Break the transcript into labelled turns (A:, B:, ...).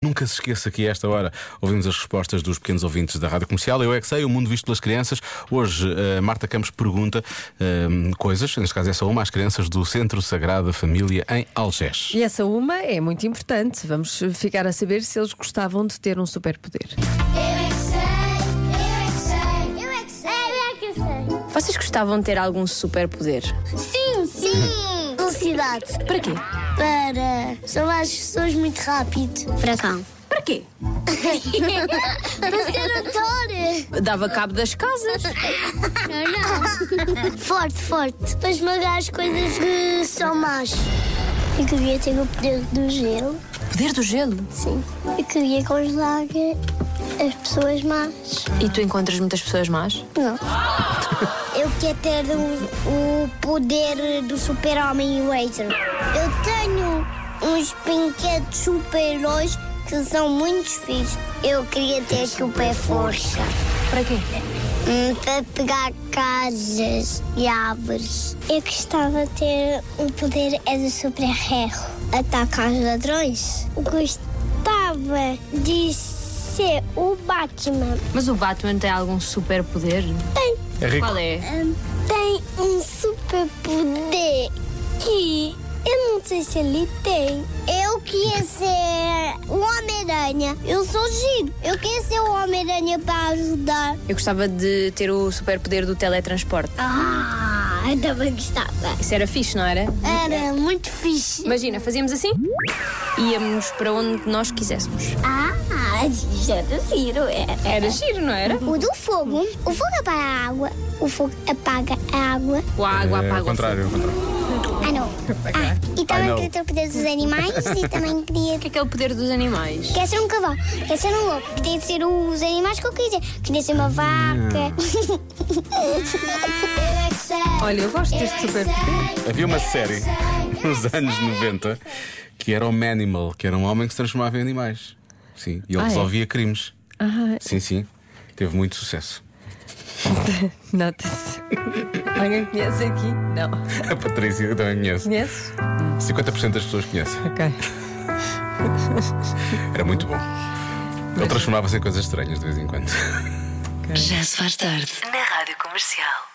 A: Nunca se esqueça que a esta hora ouvimos as respostas dos pequenos ouvintes da Rádio Comercial. Eu é que sei, o mundo visto pelas crianças. Hoje a Marta Campos pergunta hum, coisas, neste caso é só uma, às crianças do Centro Sagrada Família em Algés.
B: E essa uma é muito importante. Vamos ficar a saber se eles gostavam de ter um superpoder.
C: Eu é que sei, eu é que sei, eu é que sei, eu é que sei.
D: Vocês gostavam de ter algum superpoder?
C: Sim, sim. Velocidade.
D: Para quê?
C: Para salvar as pessoas muito rápido. Para cão.
D: Para quê?
C: Para ser ator.
D: Dava cabo das casas.
C: Forte, forte. Para esmagar as coisas que são más. Eu queria ter o poder do gelo.
D: Poder do gelo.
C: Sim. Eu queria congelar as pessoas más.
D: E tu encontras muitas pessoas más?
C: Não. Eu quero ter um, o, o poder do super-homem e o Laser. Eu tenho uns brinquedos super-heróis que são muito fixos. Eu queria ter super-força
D: Para quê?
C: hum, para pegar casas e árvores. Eu gostava de ter o poder é do super-herro. Atacar os ladrões. Gostava de ser o Batman.
D: Mas o Batman tem algum superpoder?
C: Tem
A: É rico.
D: Qual é?
C: Hum, tem um super poder que eu não sei se ele tem. Eu queria ser o Homem-Aranha. Eu sou giro. Eu queria ser o Homem-Aranha para ajudar.
D: Eu gostava de ter o superpoder do teletransporte.
C: Ah, eu também gostava.
D: Isso era fixe, não era?
C: Era muito fixe.
D: Imagina, fazíamos assim e íamos para onde nós quiséssemos.
C: Ah, já te giro.
D: Era giro, não era?
C: O do fogo. O fogo apaga a água. O fogo apaga a água.
D: O água
A: É,
D: apaga
A: ao
D: o fogo.
A: contrário, ao contrário.
C: Ah, não. Ah, e
A: não.
C: também queria ter o poder dos animais e também queria
D: O que é que é o poder dos animais?
C: Quer ser um cavalo, quer ser um lobo, queria ser os animais que eu queria ser, queria ser uma vaca. eu é que sei.
D: Olha, eu gosto deste superpoder.
A: Havia uma série nos anos 90 que era o Manimal, que era um homem que se transformava em animais. Sim, e ele
B: Ah, é?
A: resolvia crimes.
B: Ah,
A: Sim, sim. Teve muito sucesso.
B: nota-se. Alguém conhece aqui? Não.
A: A Patrícia eu também conhece.
B: Conheces?
A: 50% das pessoas conhecem.
B: Ok.
A: Era muito bom. Ele transformava-se em coisas estranhas de vez em quando.
E: Já se faz tarde na Rádio Comercial.